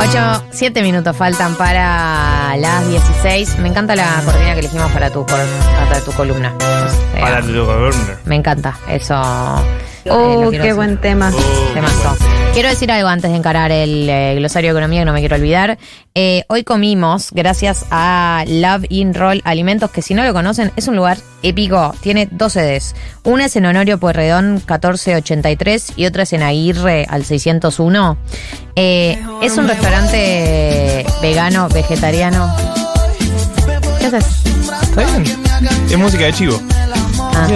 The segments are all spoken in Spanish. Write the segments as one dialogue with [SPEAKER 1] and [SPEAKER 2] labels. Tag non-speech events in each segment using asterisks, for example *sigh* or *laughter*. [SPEAKER 1] 8, 7 minutos faltan para las 16. Me encanta la cortina que elegimos para tu, cor- para tu columna. O sea,
[SPEAKER 2] Para tu columna.
[SPEAKER 1] Me encanta, eso. eh, lo
[SPEAKER 3] Oh,
[SPEAKER 1] quiero
[SPEAKER 3] qué
[SPEAKER 1] hacer.
[SPEAKER 3] buen tema.
[SPEAKER 2] Oh,
[SPEAKER 1] Temazo. Quiero decir algo antes de encarar el eh, glosario de economía que no me quiero olvidar. Eh, hoy comimos, gracias a Love in Roll Alimentos, que si no lo conocen, es un lugar épico. Tiene dos sedes. Una es en Honorio Pueyrredón 1483 y otra es en Aguirre al 601. Eh, es un restaurante vegano, vegetariano. ¿Qué haces?
[SPEAKER 2] Está bien. Es música de chivo.
[SPEAKER 1] Ah.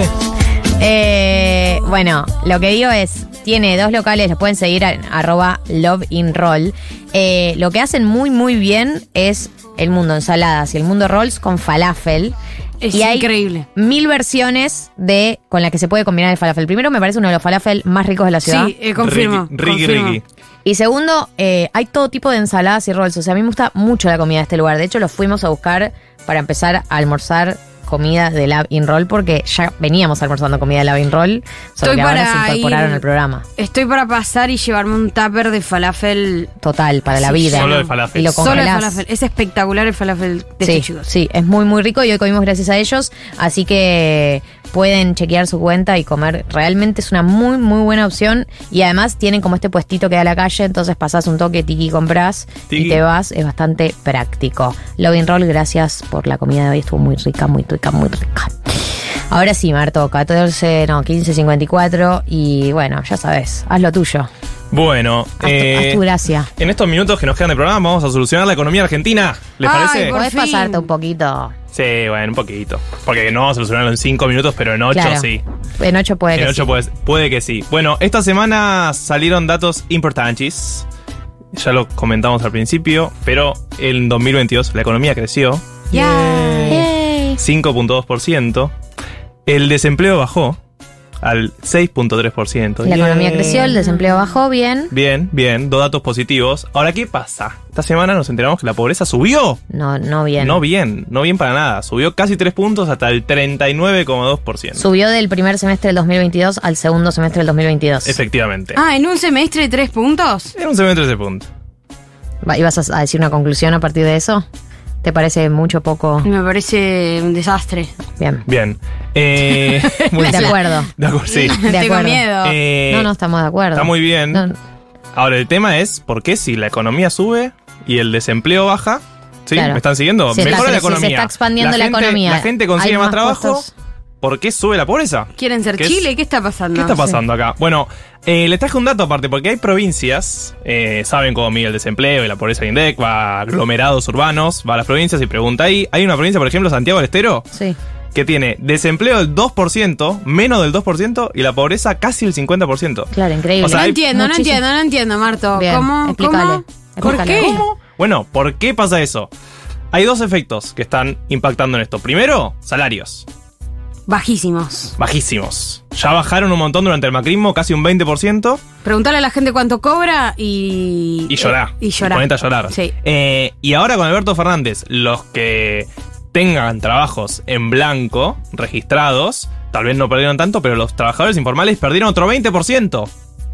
[SPEAKER 1] Eh, bueno, lo que digo es, tiene dos locales, los pueden seguir en arroba loveinroll. Eh, lo que hacen muy, muy bien es el mundo ensaladas y el mundo rolls con falafel.
[SPEAKER 4] Es
[SPEAKER 1] y hay
[SPEAKER 4] increíble.
[SPEAKER 1] mil versiones de con las que se puede combinar el falafel. Primero, me parece uno de los falafel más ricos de la ciudad.
[SPEAKER 4] Sí, eh, confirmo.
[SPEAKER 2] Ricky,
[SPEAKER 4] confirmo.
[SPEAKER 2] Ricky.
[SPEAKER 1] Y segundo, eh, hay todo tipo de ensaladas y rolls. O sea, a mí me gusta mucho la comida de este lugar. De hecho, los fuimos a buscar para empezar a almorzar comida de Lab in Roll porque ya veníamos almorzando comida de Lab in Roll. Solo
[SPEAKER 4] Estoy
[SPEAKER 1] que ahora
[SPEAKER 4] para
[SPEAKER 1] se incorporaron
[SPEAKER 4] ir-
[SPEAKER 1] al programa.
[SPEAKER 4] Estoy para pasar y llevarme un tupper de falafel.
[SPEAKER 1] Total, para la
[SPEAKER 4] Sí,
[SPEAKER 1] vida.
[SPEAKER 2] Solo de falafel.
[SPEAKER 1] Y lo
[SPEAKER 4] Solo de
[SPEAKER 1] congelás.
[SPEAKER 4] falafel. Es espectacular el falafel de
[SPEAKER 1] sí,
[SPEAKER 4] estos chicos.
[SPEAKER 1] sí, es muy muy rico y hoy comimos gracias a ellos, así que pueden chequear su cuenta y comer. Realmente es una muy muy buena opción y además tienen como este puestito que da a la calle, entonces pasás un toque, tiki compras y
[SPEAKER 2] Tiki.
[SPEAKER 1] te vas, es bastante práctico. Loving Roll, gracias por la comida de hoy, estuvo muy rica, muy rica, muy rica. Ahora sí, Marto, 14, no, 15, 54 y bueno, ya sabes, haz lo tuyo,
[SPEAKER 2] Bueno,
[SPEAKER 1] haz, tu-
[SPEAKER 2] eh,
[SPEAKER 1] haz tu gracia.
[SPEAKER 2] en estos minutos que nos quedan de programa vamos a solucionar la economía argentina. ¿Les
[SPEAKER 4] Ay,
[SPEAKER 2] parece?
[SPEAKER 4] por
[SPEAKER 1] Podés
[SPEAKER 4] fin.
[SPEAKER 1] pasarte un poquito.
[SPEAKER 2] Sí, bueno, un poquito. Porque no vamos a solucionarlo en cinco minutos, pero en ocho
[SPEAKER 1] Claro.
[SPEAKER 2] sí.
[SPEAKER 1] En 8 puede
[SPEAKER 2] En
[SPEAKER 1] que
[SPEAKER 2] ocho
[SPEAKER 1] sí.
[SPEAKER 2] puede, puede que sí. Bueno, esta semana salieron datos importantes. Ya lo comentamos al principio, pero en 2022 la economía creció
[SPEAKER 4] Ya.
[SPEAKER 1] Yay.
[SPEAKER 2] 5.2%. El desempleo bajó al 6.3%.
[SPEAKER 1] La economía
[SPEAKER 2] Bien.
[SPEAKER 1] creció, el desempleo bajó bien.
[SPEAKER 2] Bien, bien, dos datos positivos. Ahora, ¿qué pasa? Esta semana nos enteramos que la pobreza subió.
[SPEAKER 1] No, no bien.
[SPEAKER 2] No bien, no bien para nada. Subió casi 3 puntos hasta el 39,2%.
[SPEAKER 1] Subió del primer semestre del 2022 al segundo semestre del 2022.
[SPEAKER 2] Efectivamente.
[SPEAKER 4] Ah, en un semestre tres puntos.
[SPEAKER 2] Era un semestre ese punto.
[SPEAKER 1] Va- ¿Ibas a, a decir una conclusión a partir de eso? ¿Te parece mucho poco?
[SPEAKER 4] Me parece un desastre.
[SPEAKER 1] Bien.
[SPEAKER 2] Bien.
[SPEAKER 1] *laughs*
[SPEAKER 2] Eh, muy
[SPEAKER 1] De
[SPEAKER 2] bien.
[SPEAKER 1] acuerdo.
[SPEAKER 2] De
[SPEAKER 1] *laughs*
[SPEAKER 2] acuerdo, sí.
[SPEAKER 1] De
[SPEAKER 4] *laughs* Tengo
[SPEAKER 1] acuerdo.
[SPEAKER 4] miedo.
[SPEAKER 2] Eh,
[SPEAKER 1] no, no estamos de acuerdo.
[SPEAKER 2] Está muy bien.
[SPEAKER 1] No,
[SPEAKER 2] Ahora, el tema es por qué si la economía sube y el desempleo baja. ¿Sí?
[SPEAKER 1] Claro.
[SPEAKER 2] ¿Me están siguiendo?
[SPEAKER 1] Se está-
[SPEAKER 2] Mejora la
[SPEAKER 1] se- se
[SPEAKER 2] economía.
[SPEAKER 1] está expandiendo la
[SPEAKER 2] gente-
[SPEAKER 1] economía.
[SPEAKER 2] La gente consigue
[SPEAKER 1] Hay
[SPEAKER 2] más,
[SPEAKER 1] más
[SPEAKER 2] trabajo.
[SPEAKER 1] puestos.
[SPEAKER 2] ¿Por qué sube la pobreza?
[SPEAKER 4] ¿Quieren ser
[SPEAKER 2] ¿Qué es-
[SPEAKER 4] Chile? ¿Qué está pasando?
[SPEAKER 2] ¿Qué está pasando acá? Bueno, eh, les traje un dato aparte, porque hay provincias, eh, saben cómo mide el desempleo y la pobreza del INDEC, va a aglomerados urbanos, va a las provincias y pregunta ahí. Hay una provincia, por ejemplo, Santiago del Estero,
[SPEAKER 1] Sí.
[SPEAKER 2] que tiene desempleo del 2%, menos del 2%, y la pobreza casi el 50%.
[SPEAKER 1] Claro, increíble.
[SPEAKER 2] O sea,
[SPEAKER 4] No
[SPEAKER 2] hay-
[SPEAKER 4] entiendo, no
[SPEAKER 1] Muchísimo.
[SPEAKER 4] entiendo, no entiendo, Marto.
[SPEAKER 1] Bien,
[SPEAKER 4] ¿Cómo?
[SPEAKER 1] explícale,
[SPEAKER 4] ¿Cómo? ¿Por
[SPEAKER 1] explícale.
[SPEAKER 4] qué?
[SPEAKER 1] ¿Cómo?
[SPEAKER 2] Bueno, ¿por qué pasa eso? Hay dos efectos que están impactando en esto. Primero, salarios.
[SPEAKER 4] Bajísimos.
[SPEAKER 2] Bajísimos. Ya bajaron un montón durante el macrismo, casi un 20%.
[SPEAKER 4] Preguntarle a la gente cuánto cobra y.
[SPEAKER 2] Y llorar.
[SPEAKER 4] Y llorar.
[SPEAKER 2] Ponete a llorar.
[SPEAKER 4] Sí.
[SPEAKER 2] Eh, y ahora con Alberto Fernández, los que tengan trabajos en blanco, registrados, tal vez no perdieron tanto, pero los trabajadores informales perdieron otro 20%.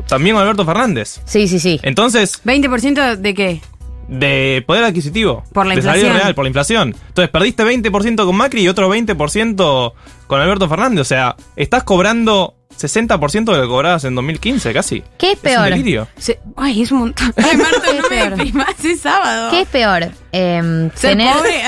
[SPEAKER 2] También con Alberto Fernández.
[SPEAKER 1] Sí, sí, sí.
[SPEAKER 2] Eh, Entonces,
[SPEAKER 4] ¿20% de qué?
[SPEAKER 2] de poder adquisitivo.
[SPEAKER 4] Por la
[SPEAKER 2] de salario
[SPEAKER 4] inflación.
[SPEAKER 2] real, por la inflación. Entonces, perdiste 20% con Macri y otro 20% con Alberto Fernández. O sea, estás cobrando 60% de lo que cobrabas en 2015, casi.
[SPEAKER 1] ¿Qué es peor?
[SPEAKER 2] un delirio.
[SPEAKER 4] Se- Ay, es un montón. *laughs* Ay, Marto, no me
[SPEAKER 1] Peor.
[SPEAKER 4] deprimas, es sábado.
[SPEAKER 1] ¿Qué es peor? Em,
[SPEAKER 4] ¿Ser
[SPEAKER 1] tener-
[SPEAKER 4] *laughs* pobre?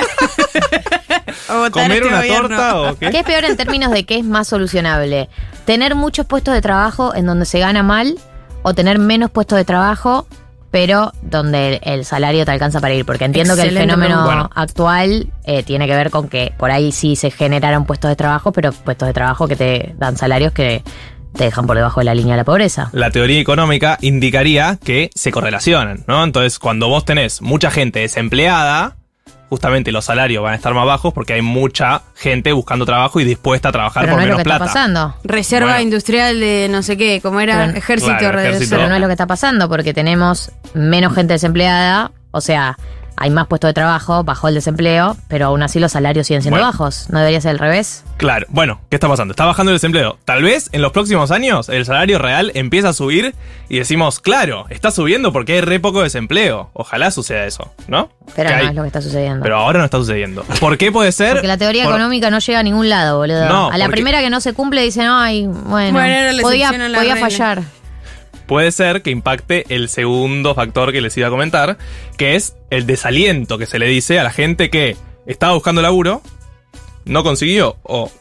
[SPEAKER 4] o votar a
[SPEAKER 2] ¿Comer
[SPEAKER 4] este
[SPEAKER 2] una
[SPEAKER 4] gobierno.
[SPEAKER 2] torta
[SPEAKER 4] *laughs*
[SPEAKER 2] o qué?
[SPEAKER 1] ¿Qué es peor en términos de qué es más solucionable? ¿Tener muchos puestos de trabajo en donde se gana mal o tener menos puestos de trabajo pero donde el, el salario te alcanza para ir? Porque entiendo que el
[SPEAKER 4] Excelente
[SPEAKER 1] fenómeno
[SPEAKER 2] pregunta. Bueno.
[SPEAKER 1] actual eh, tiene que ver con que por ahí sí se generaron puestos de trabajo, pero puestos de trabajo que te dan salarios que te dejan por debajo de la línea de la pobreza.
[SPEAKER 2] la teoría económica indicaría que se correlacionan, ¿no? Entonces, cuando vos tenés mucha gente desempleada, justamente los salarios van a estar más bajos porque hay mucha gente buscando trabajo y dispuesta a trabajar
[SPEAKER 1] Pero
[SPEAKER 2] por
[SPEAKER 1] no es lo
[SPEAKER 2] menos
[SPEAKER 1] que
[SPEAKER 2] plata.
[SPEAKER 1] está pasando.
[SPEAKER 4] Reserva
[SPEAKER 2] Bueno.
[SPEAKER 4] industrial de no sé qué, como era
[SPEAKER 1] Pero-
[SPEAKER 4] ejército,
[SPEAKER 2] Claro,
[SPEAKER 4] de
[SPEAKER 2] ejército.
[SPEAKER 1] Pero
[SPEAKER 4] reserva.
[SPEAKER 1] no es lo que está pasando porque tenemos menos gente desempleada, o sea, hay más puestos de trabajo, bajó el desempleo, pero aún así los salarios siguen siendo
[SPEAKER 2] Bueno.
[SPEAKER 1] bajos. ¿No debería ser al revés?
[SPEAKER 2] Claro, bueno, ¿qué está pasando? Está bajando el desempleo. Tal vez en los próximos años el salario real empieza a subir y decimos, claro, está subiendo porque hay re poco desempleo. Ojalá suceda eso, ¿no?
[SPEAKER 1] Pero
[SPEAKER 2] Que
[SPEAKER 1] no
[SPEAKER 2] hay-
[SPEAKER 1] es lo que está sucediendo.
[SPEAKER 2] Pero ahora no está sucediendo. ¿Por qué puede ser?
[SPEAKER 1] porque la teoría
[SPEAKER 2] Por-
[SPEAKER 1] económica no llega a ningún lado, boludo.
[SPEAKER 2] No,
[SPEAKER 1] a la
[SPEAKER 2] porque-
[SPEAKER 1] primera que no se cumple dicen, ay, bueno,
[SPEAKER 4] Bueno, era la
[SPEAKER 1] podía,
[SPEAKER 4] excepción a la
[SPEAKER 1] podía
[SPEAKER 4] regla".
[SPEAKER 1] fallar.
[SPEAKER 2] Puede ser que impacte el segundo factor que les iba a comentar, que es el desaliento que se le dice a la gente que estaba buscando laburo, no consiguió o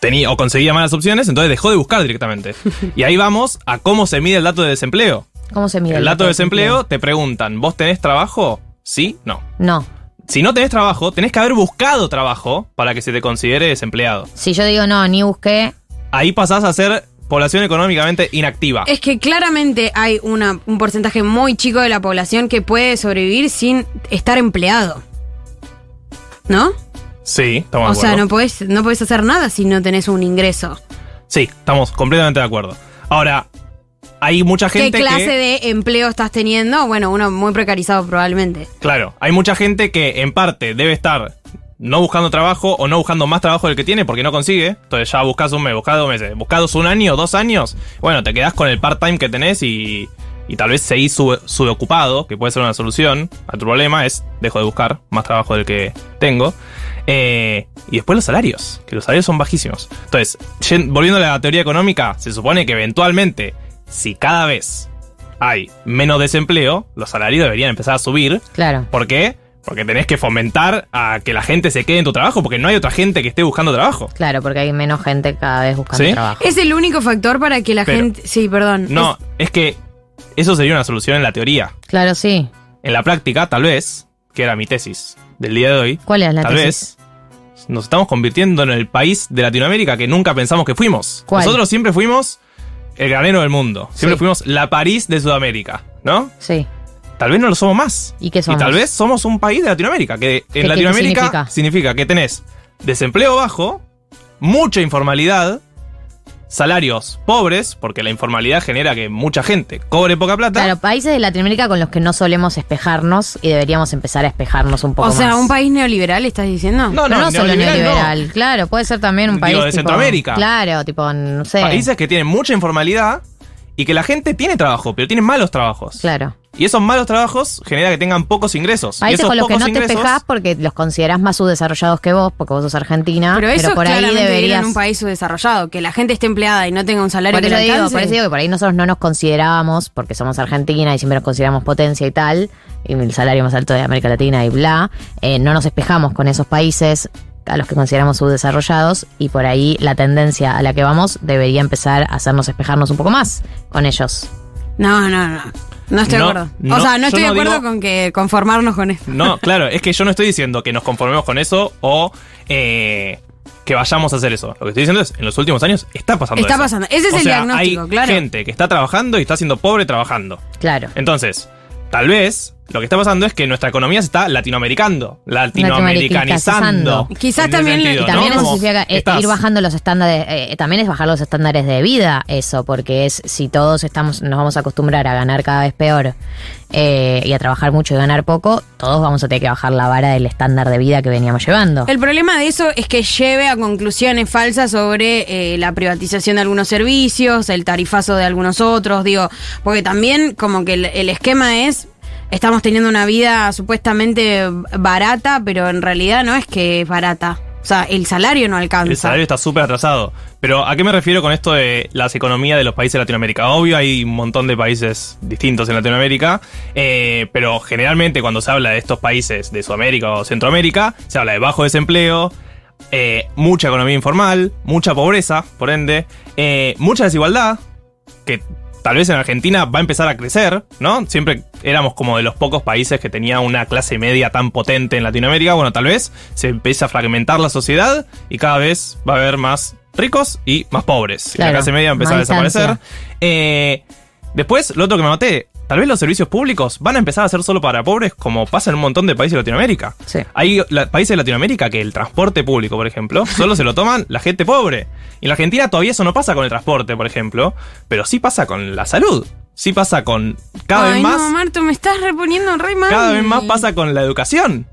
[SPEAKER 2] tenía o conseguía malas opciones, entonces dejó de
[SPEAKER 1] *laughs*
[SPEAKER 2] buscar directamente. Y ahí vamos a cómo se mide el dato de desempleo.
[SPEAKER 1] ¿Cómo se mide?
[SPEAKER 2] El dato de desempleo te preguntan, ¿vos tenés trabajo? Sí, no.
[SPEAKER 1] No.
[SPEAKER 2] Si no tenés trabajo, tenés que haber buscado trabajo para que se te considere desempleado.
[SPEAKER 1] Si yo digo no, ni busqué,
[SPEAKER 2] Ahí pasás a ser población económicamente inactiva.
[SPEAKER 4] Es que claramente hay una, un porcentaje muy chico de la población que puede sobrevivir sin estar empleado. ¿No?
[SPEAKER 2] Sí, estamos
[SPEAKER 4] o
[SPEAKER 2] de
[SPEAKER 4] sea,
[SPEAKER 2] acuerdo.
[SPEAKER 4] no podés, no podés hacer nada si no tenés un ingreso.
[SPEAKER 2] Sí, estamos completamente de acuerdo. Ahora, hay mucha
[SPEAKER 4] ¿Qué
[SPEAKER 2] gente
[SPEAKER 4] clase
[SPEAKER 2] que.
[SPEAKER 4] de empleo estás teniendo? Bueno, uno muy precarizado probablemente.
[SPEAKER 2] Claro, hay mucha gente que en parte debe estar no buscando trabajo o no buscando más trabajo del que tiene porque no consigue. Entonces ya buscas un mes, buscas dos meses, buscas dos- un año, dos años. Bueno, te quedás con el part-time que tenés y, y tal vez seguís sub- subocupado, que puede ser una solución a tu problema. Es dejo de buscar más trabajo del que tengo. Eh, y después los salarios, que los salarios son bajísimos. Entonces, yen- volviendo a la teoría económica, se supone que eventualmente, si cada vez hay menos desempleo, los salarios deberían empezar a subir.
[SPEAKER 1] claro.
[SPEAKER 2] ¿Por qué? Porque tenés que fomentar a que la gente se quede en tu trabajo, porque no hay otra gente que esté buscando trabajo.
[SPEAKER 1] Claro, porque hay menos gente cada vez buscando
[SPEAKER 2] ¿Sí?
[SPEAKER 1] trabajo.
[SPEAKER 4] Es el único factor para que la
[SPEAKER 2] Pero-
[SPEAKER 4] gente... Sí, perdón.
[SPEAKER 2] No,
[SPEAKER 4] Es-
[SPEAKER 2] es que eso sería una solución en la teoría.
[SPEAKER 1] Claro, sí.
[SPEAKER 2] En la práctica, tal vez, que era mi tesis del día de hoy,
[SPEAKER 1] ¿Cuál es la
[SPEAKER 2] tal
[SPEAKER 1] tesis?
[SPEAKER 2] vez nos estamos convirtiendo en el país de Latinoamérica que nunca pensamos que fuimos.
[SPEAKER 1] ¿Cuál?
[SPEAKER 2] Nosotros siempre fuimos el granero del mundo. Siempre
[SPEAKER 1] Sí.
[SPEAKER 2] fuimos la París de Sudamérica, ¿no?
[SPEAKER 1] Sí.
[SPEAKER 2] Tal vez no lo somos más.
[SPEAKER 1] ¿Y qué somos?
[SPEAKER 2] tal vez somos un país de Latinoamérica, que
[SPEAKER 1] ¿Qué-
[SPEAKER 2] en
[SPEAKER 1] qué
[SPEAKER 2] Latinoamérica
[SPEAKER 1] significa?
[SPEAKER 2] significa? que tenés desempleo bajo, mucha informalidad, salarios pobres, porque la informalidad genera que mucha gente cobre poca plata.
[SPEAKER 1] Claro, países de Latinoamérica con los que no solemos espejarnos y deberíamos empezar a espejarnos un poco
[SPEAKER 4] o sea,
[SPEAKER 1] más.
[SPEAKER 4] un país neoliberal, ¿estás diciendo?
[SPEAKER 2] No,
[SPEAKER 1] Pero no, solo
[SPEAKER 2] neoliberal, no.
[SPEAKER 1] neoliberal, claro, puede ser también un
[SPEAKER 2] Digo,
[SPEAKER 1] país
[SPEAKER 2] de
[SPEAKER 1] tipo-
[SPEAKER 2] Centroamérica.
[SPEAKER 1] Claro, tipo, no sé.
[SPEAKER 2] Países que tienen mucha informalidad y que la gente tiene trabajo, pero tiene malos trabajos.
[SPEAKER 1] Claro.
[SPEAKER 2] Y esos malos trabajos genera que tengan pocos ingresos. y
[SPEAKER 1] Países
[SPEAKER 2] esos
[SPEAKER 1] con los que
[SPEAKER 2] pocos
[SPEAKER 1] no te
[SPEAKER 2] ingresos-
[SPEAKER 1] espejás porque los considerás más subdesarrollados que vos, porque vos sos argentina,
[SPEAKER 4] Ah, Pero
[SPEAKER 1] pero,
[SPEAKER 4] eso es
[SPEAKER 1] por ahí
[SPEAKER 4] claramente vivir
[SPEAKER 1] deberías...
[SPEAKER 4] en un país subdesarrollado, que la gente esté empleada y no tenga un salario
[SPEAKER 1] Por
[SPEAKER 4] que
[SPEAKER 1] eso,
[SPEAKER 4] le
[SPEAKER 1] digo,
[SPEAKER 4] alcance.
[SPEAKER 1] por eso digo que por ahí nosotros no nos considerábamos, porque somos Argentina y siempre nos consideramos potencia y tal, y el salario más alto de América Latina y bla, eh, no nos espejamos con esos países a los que consideramos subdesarrollados y por ahí la tendencia a la que vamos debería empezar a hacernos espejarnos un poco más con ellos.
[SPEAKER 4] No, no, no. No estoy
[SPEAKER 2] No,
[SPEAKER 4] de acuerdo.
[SPEAKER 2] no,
[SPEAKER 4] o sea, no
[SPEAKER 2] yo
[SPEAKER 4] estoy
[SPEAKER 2] no
[SPEAKER 4] de acuerdo
[SPEAKER 2] digo-
[SPEAKER 4] con que conformarnos con esto.
[SPEAKER 2] No, claro, es que yo no estoy diciendo que nos conformemos con eso o eh, que vayamos a hacer eso. Lo que estoy diciendo es, en los últimos años está pasando
[SPEAKER 4] Está
[SPEAKER 2] eso.
[SPEAKER 4] pasando. Ese es
[SPEAKER 2] O
[SPEAKER 4] el
[SPEAKER 2] sea,
[SPEAKER 4] diagnóstico,
[SPEAKER 2] hay
[SPEAKER 4] claro.
[SPEAKER 2] gente que está trabajando y está siendo pobre trabajando.
[SPEAKER 1] Claro.
[SPEAKER 2] Entonces, tal vez lo que está pasando es que nuestra economía se está latinoamericando, latinoamericanizando.
[SPEAKER 4] Quizás
[SPEAKER 2] en ese
[SPEAKER 4] también-
[SPEAKER 2] sentido,
[SPEAKER 1] Y también
[SPEAKER 2] ¿no?
[SPEAKER 1] eso
[SPEAKER 2] Como
[SPEAKER 1] significa eh,
[SPEAKER 2] estás-
[SPEAKER 1] ir bajando los estándares, eh, también es bajar los estándares de vida eso, porque es si todos estamos, nos vamos a acostumbrar a ganar cada vez peor eh, y a trabajar mucho y ganar poco, todos vamos a tener que bajar la vara del estándar de vida que veníamos llevando.
[SPEAKER 4] *laughs*
[SPEAKER 1] *laughs*
[SPEAKER 4] El problema de eso es que lleve a conclusiones falsas sobre eh, la privatización de algunos servicios, el tarifazo de algunos otros, digo, porque también como que el, el esquema es, estamos teniendo una vida supuestamente barata, pero en realidad no es que es barata. O sea, el salario no alcanza.
[SPEAKER 2] El salario está súper atrasado. Pero ¿a qué me refiero con esto de las economías de los países de Latinoamérica? Obvio, hay un montón de países distintos en Latinoamérica, eh, pero generalmente cuando se habla de estos países de Sudamérica o Centroamérica, se habla de bajo desempleo, eh, mucha economía informal, mucha pobreza, por ende, eh, mucha desigualdad, que tal vez en Argentina va a empezar a crecer, ¿no? Siempre éramos como de los pocos países que tenía una clase media tan potente en Latinoamérica. Bueno, tal vez se empieza a fragmentar la sociedad y cada vez va a haber más ricos y más pobres. Y
[SPEAKER 1] Claro,
[SPEAKER 2] la clase media va a empezar a
[SPEAKER 1] más distancia.
[SPEAKER 2] desaparecer. Eh, después, lo otro que me noté, tal vez los servicios públicos van a empezar a ser solo para pobres, como pasa en un montón de países de Latinoamérica.
[SPEAKER 1] Sí.
[SPEAKER 2] Hay la- países de Latinoamérica que el transporte público, por
[SPEAKER 4] *laughs*
[SPEAKER 2] ejemplo, solo se lo toman la gente pobre. Y en la Argentina todavía eso no pasa con el transporte, por ejemplo, pero sí pasa con la salud. Sí pasa con Cada
[SPEAKER 4] Ay,
[SPEAKER 2] vez más.
[SPEAKER 4] no, Marto, me estás reponiendo re mal.
[SPEAKER 2] Cada vez más pasa con la educación.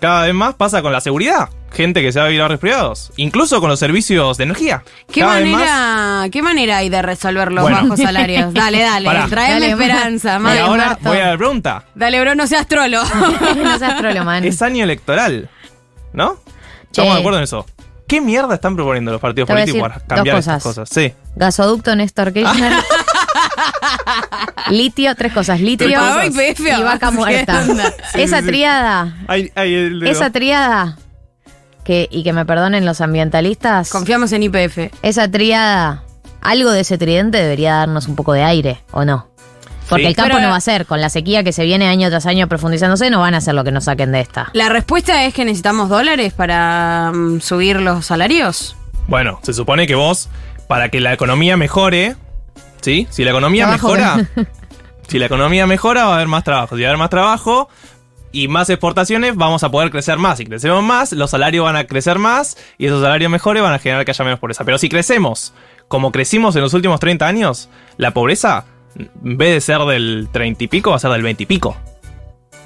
[SPEAKER 2] Cada vez más pasa con la seguridad. Gente que se va a vivir a barrios privados. Incluso con los servicios de energía.
[SPEAKER 4] ¿Qué
[SPEAKER 2] Cada vez
[SPEAKER 4] manera, ¿Qué manera hay de resolver los
[SPEAKER 2] Bueno. *laughs*
[SPEAKER 4] bajos salarios? Dale, dale,
[SPEAKER 2] Pará.
[SPEAKER 4] traeme
[SPEAKER 1] Dale, Mar-
[SPEAKER 4] esperanza,
[SPEAKER 2] más.
[SPEAKER 4] Mar.
[SPEAKER 2] Y
[SPEAKER 1] Ay,
[SPEAKER 2] ahora
[SPEAKER 1] Marto.
[SPEAKER 2] voy a la pregunta.
[SPEAKER 4] Dale, bro, no
[SPEAKER 2] *laughs*
[SPEAKER 4] seas trolo.
[SPEAKER 1] no seas trolo, man.
[SPEAKER 2] Es año electoral. ¿No?
[SPEAKER 1] Che.
[SPEAKER 2] Estamos de acuerdo en eso. ¿Qué mierda están proponiendo los partidos
[SPEAKER 1] Eh, Te voy a
[SPEAKER 2] políticos para
[SPEAKER 1] decir
[SPEAKER 2] cambiar
[SPEAKER 1] dos
[SPEAKER 2] estas
[SPEAKER 1] cosas.
[SPEAKER 2] cosas? Sí.
[SPEAKER 1] Gasoducto Néstor Kirchner. litio, tres cosas. Litio
[SPEAKER 4] Tres cosas. YPF
[SPEAKER 1] y vaca
[SPEAKER 4] avance.
[SPEAKER 1] muerta.
[SPEAKER 2] Sí,
[SPEAKER 1] Esa
[SPEAKER 2] sí, sí.
[SPEAKER 1] triada
[SPEAKER 2] Ay, ay, el dedo.
[SPEAKER 1] Esa triada, que, y que me perdonen los ambientalistas,
[SPEAKER 4] Confiamos en IPF.
[SPEAKER 1] esa triada, algo de ese tridente debería darnos un poco de aire, ¿o no? Porque
[SPEAKER 2] Sí.
[SPEAKER 1] el campo
[SPEAKER 4] Pero-
[SPEAKER 1] no va a ser, con la sequía que se viene año tras año profundizándose, no van a hacer lo que nos saquen de esta.
[SPEAKER 4] La respuesta es que necesitamos dólares para mm, subir los salarios.
[SPEAKER 2] Bueno, se supone que vos, para que la economía mejore, ¿sí? Si la economía
[SPEAKER 1] Trabajo,
[SPEAKER 2] mejora, *laughs* si la economía mejora, va a haber más trabajo. Si va a haber más trabajo y más exportaciones, vamos a poder crecer más. Si crecemos más, los salarios van a crecer más y esos salarios mejores van a generar que haya menos pobreza. Pero si crecemos, como crecimos en los últimos 30 años, la pobreza, en vez de ser del 30 y pico, va a ser del 20 y pico.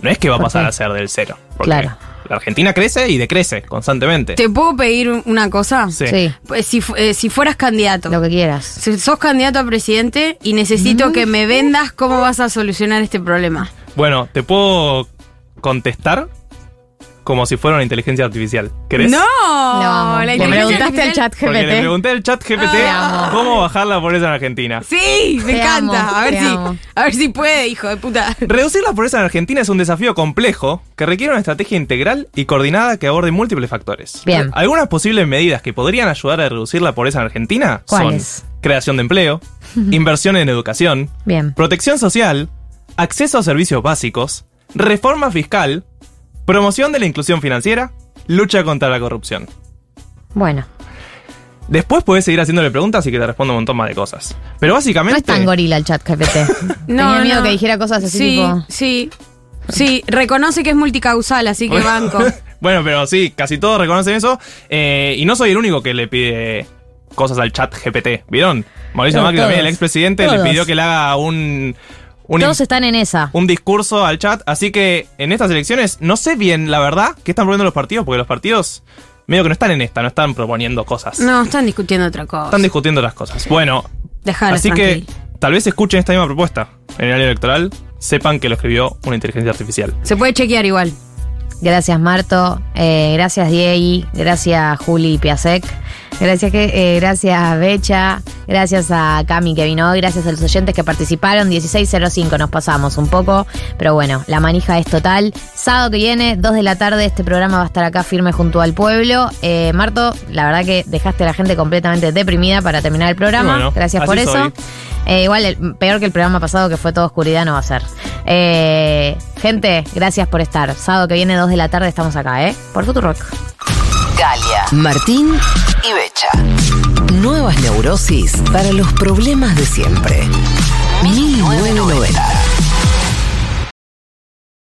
[SPEAKER 2] No es que va a
[SPEAKER 1] ¿Por
[SPEAKER 2] pasar
[SPEAKER 1] qué?
[SPEAKER 2] a ser del cero. porque
[SPEAKER 1] Claro.
[SPEAKER 2] La Argentina crece y decrece constantemente.
[SPEAKER 4] ¿Te puedo pedir un- una cosa?
[SPEAKER 2] Sí.
[SPEAKER 1] Sí,
[SPEAKER 4] Pues, si, fu- eh, si fueras candidato,
[SPEAKER 1] lo que quieras.
[SPEAKER 4] si sos candidato a presidente y necesito que
[SPEAKER 1] Mm.
[SPEAKER 4] me vendas cómo vas a solucionar este problema.
[SPEAKER 2] Bueno, te puedo contestar como si fuera una inteligencia artificial. ¿Querés?
[SPEAKER 4] ¡No!
[SPEAKER 1] No,
[SPEAKER 4] La
[SPEAKER 1] le
[SPEAKER 4] inteligencia
[SPEAKER 1] preguntaste al
[SPEAKER 4] artificial-
[SPEAKER 1] chat
[SPEAKER 2] Porque le
[SPEAKER 1] GPT.
[SPEAKER 2] pregunté al chat GPT
[SPEAKER 1] Te amo.
[SPEAKER 2] cómo bajar la pobreza en Argentina.
[SPEAKER 4] Sí, me
[SPEAKER 1] Te
[SPEAKER 4] encanta.
[SPEAKER 1] amo,
[SPEAKER 4] a, ver
[SPEAKER 1] te
[SPEAKER 4] si,
[SPEAKER 1] amo.
[SPEAKER 4] a ver si puede, hijo de puta.
[SPEAKER 2] Reducir la pobreza en Argentina es un desafío complejo que requiere una estrategia integral y coordinada que aborde múltiples factores.
[SPEAKER 1] Bien.
[SPEAKER 2] Algunas posibles medidas que podrían ayudar a reducir la pobreza en Argentina
[SPEAKER 1] ¿Cuáles?
[SPEAKER 2] son creación de
[SPEAKER 1] *laughs*
[SPEAKER 2] empleo, inversión en educación,
[SPEAKER 1] Bien.
[SPEAKER 2] protección social, acceso a servicios básicos, reforma fiscal, promoción de la inclusión financiera, lucha contra la corrupción.
[SPEAKER 1] Bueno,
[SPEAKER 2] Después podés seguir haciéndole preguntas y que te respondo un montón más de cosas. Pero básicamente.
[SPEAKER 1] no es tan gorila el chat GPT. Tenía miedo que dijera cosas así
[SPEAKER 4] Sí,
[SPEAKER 1] tipo...
[SPEAKER 4] sí. Sí, reconoce que es multicausal, así que banco.
[SPEAKER 2] *laughs* bueno, pero sí, casi todos reconocen eso. Eh, y no soy el único que le pide cosas al chat GPT. ¿Vieron? Mauricio
[SPEAKER 1] No,
[SPEAKER 2] Macri
[SPEAKER 1] todos.
[SPEAKER 2] también, el expresidente, le
[SPEAKER 1] Todos.
[SPEAKER 2] pidió que le haga un. un
[SPEAKER 1] Todos están en esa.
[SPEAKER 2] un discurso al chat. Así que en estas elecciones no sé bien, la verdad, qué están proponiendo los partidos, porque los partidos medio que no están en esta, no están proponiendo cosas.
[SPEAKER 4] No, están discutiendo otra cosa.
[SPEAKER 2] Están discutiendo las cosas. Bueno,
[SPEAKER 4] Dejaros
[SPEAKER 2] así
[SPEAKER 4] tranquilo.
[SPEAKER 2] que tal vez escuchen esta misma propuesta en el año electoral, sepan que lo escribió una inteligencia artificial.
[SPEAKER 4] Se puede chequear igual.
[SPEAKER 1] Gracias Marto, eh, gracias Diego, gracias Juli Piasek, gracias, que, eh, gracias Becha, gracias a Cami que vino hoy, gracias a los oyentes que participaron, 16.05 nos pasamos un poco, pero bueno, la manija es total. Sábado que viene, 2 de la tarde, este programa va a estar acá firme junto al pueblo. Eh, Marto, la verdad que dejaste a la gente completamente deprimida para terminar el programa,
[SPEAKER 2] Bueno,
[SPEAKER 1] gracias
[SPEAKER 2] así
[SPEAKER 1] por eso.
[SPEAKER 2] soy.
[SPEAKER 1] Eh, igual, el- peor que el programa pasado que fue toda oscuridad no va a ser. Eh, gente, gracias por estar. Sábado que viene, 2 de la tarde, estamos acá, ¿eh? Por Futurock.
[SPEAKER 3] Galia,
[SPEAKER 5] Martín,
[SPEAKER 3] y Becha.
[SPEAKER 5] nuevas neurosis para los problemas de siempre. 1990.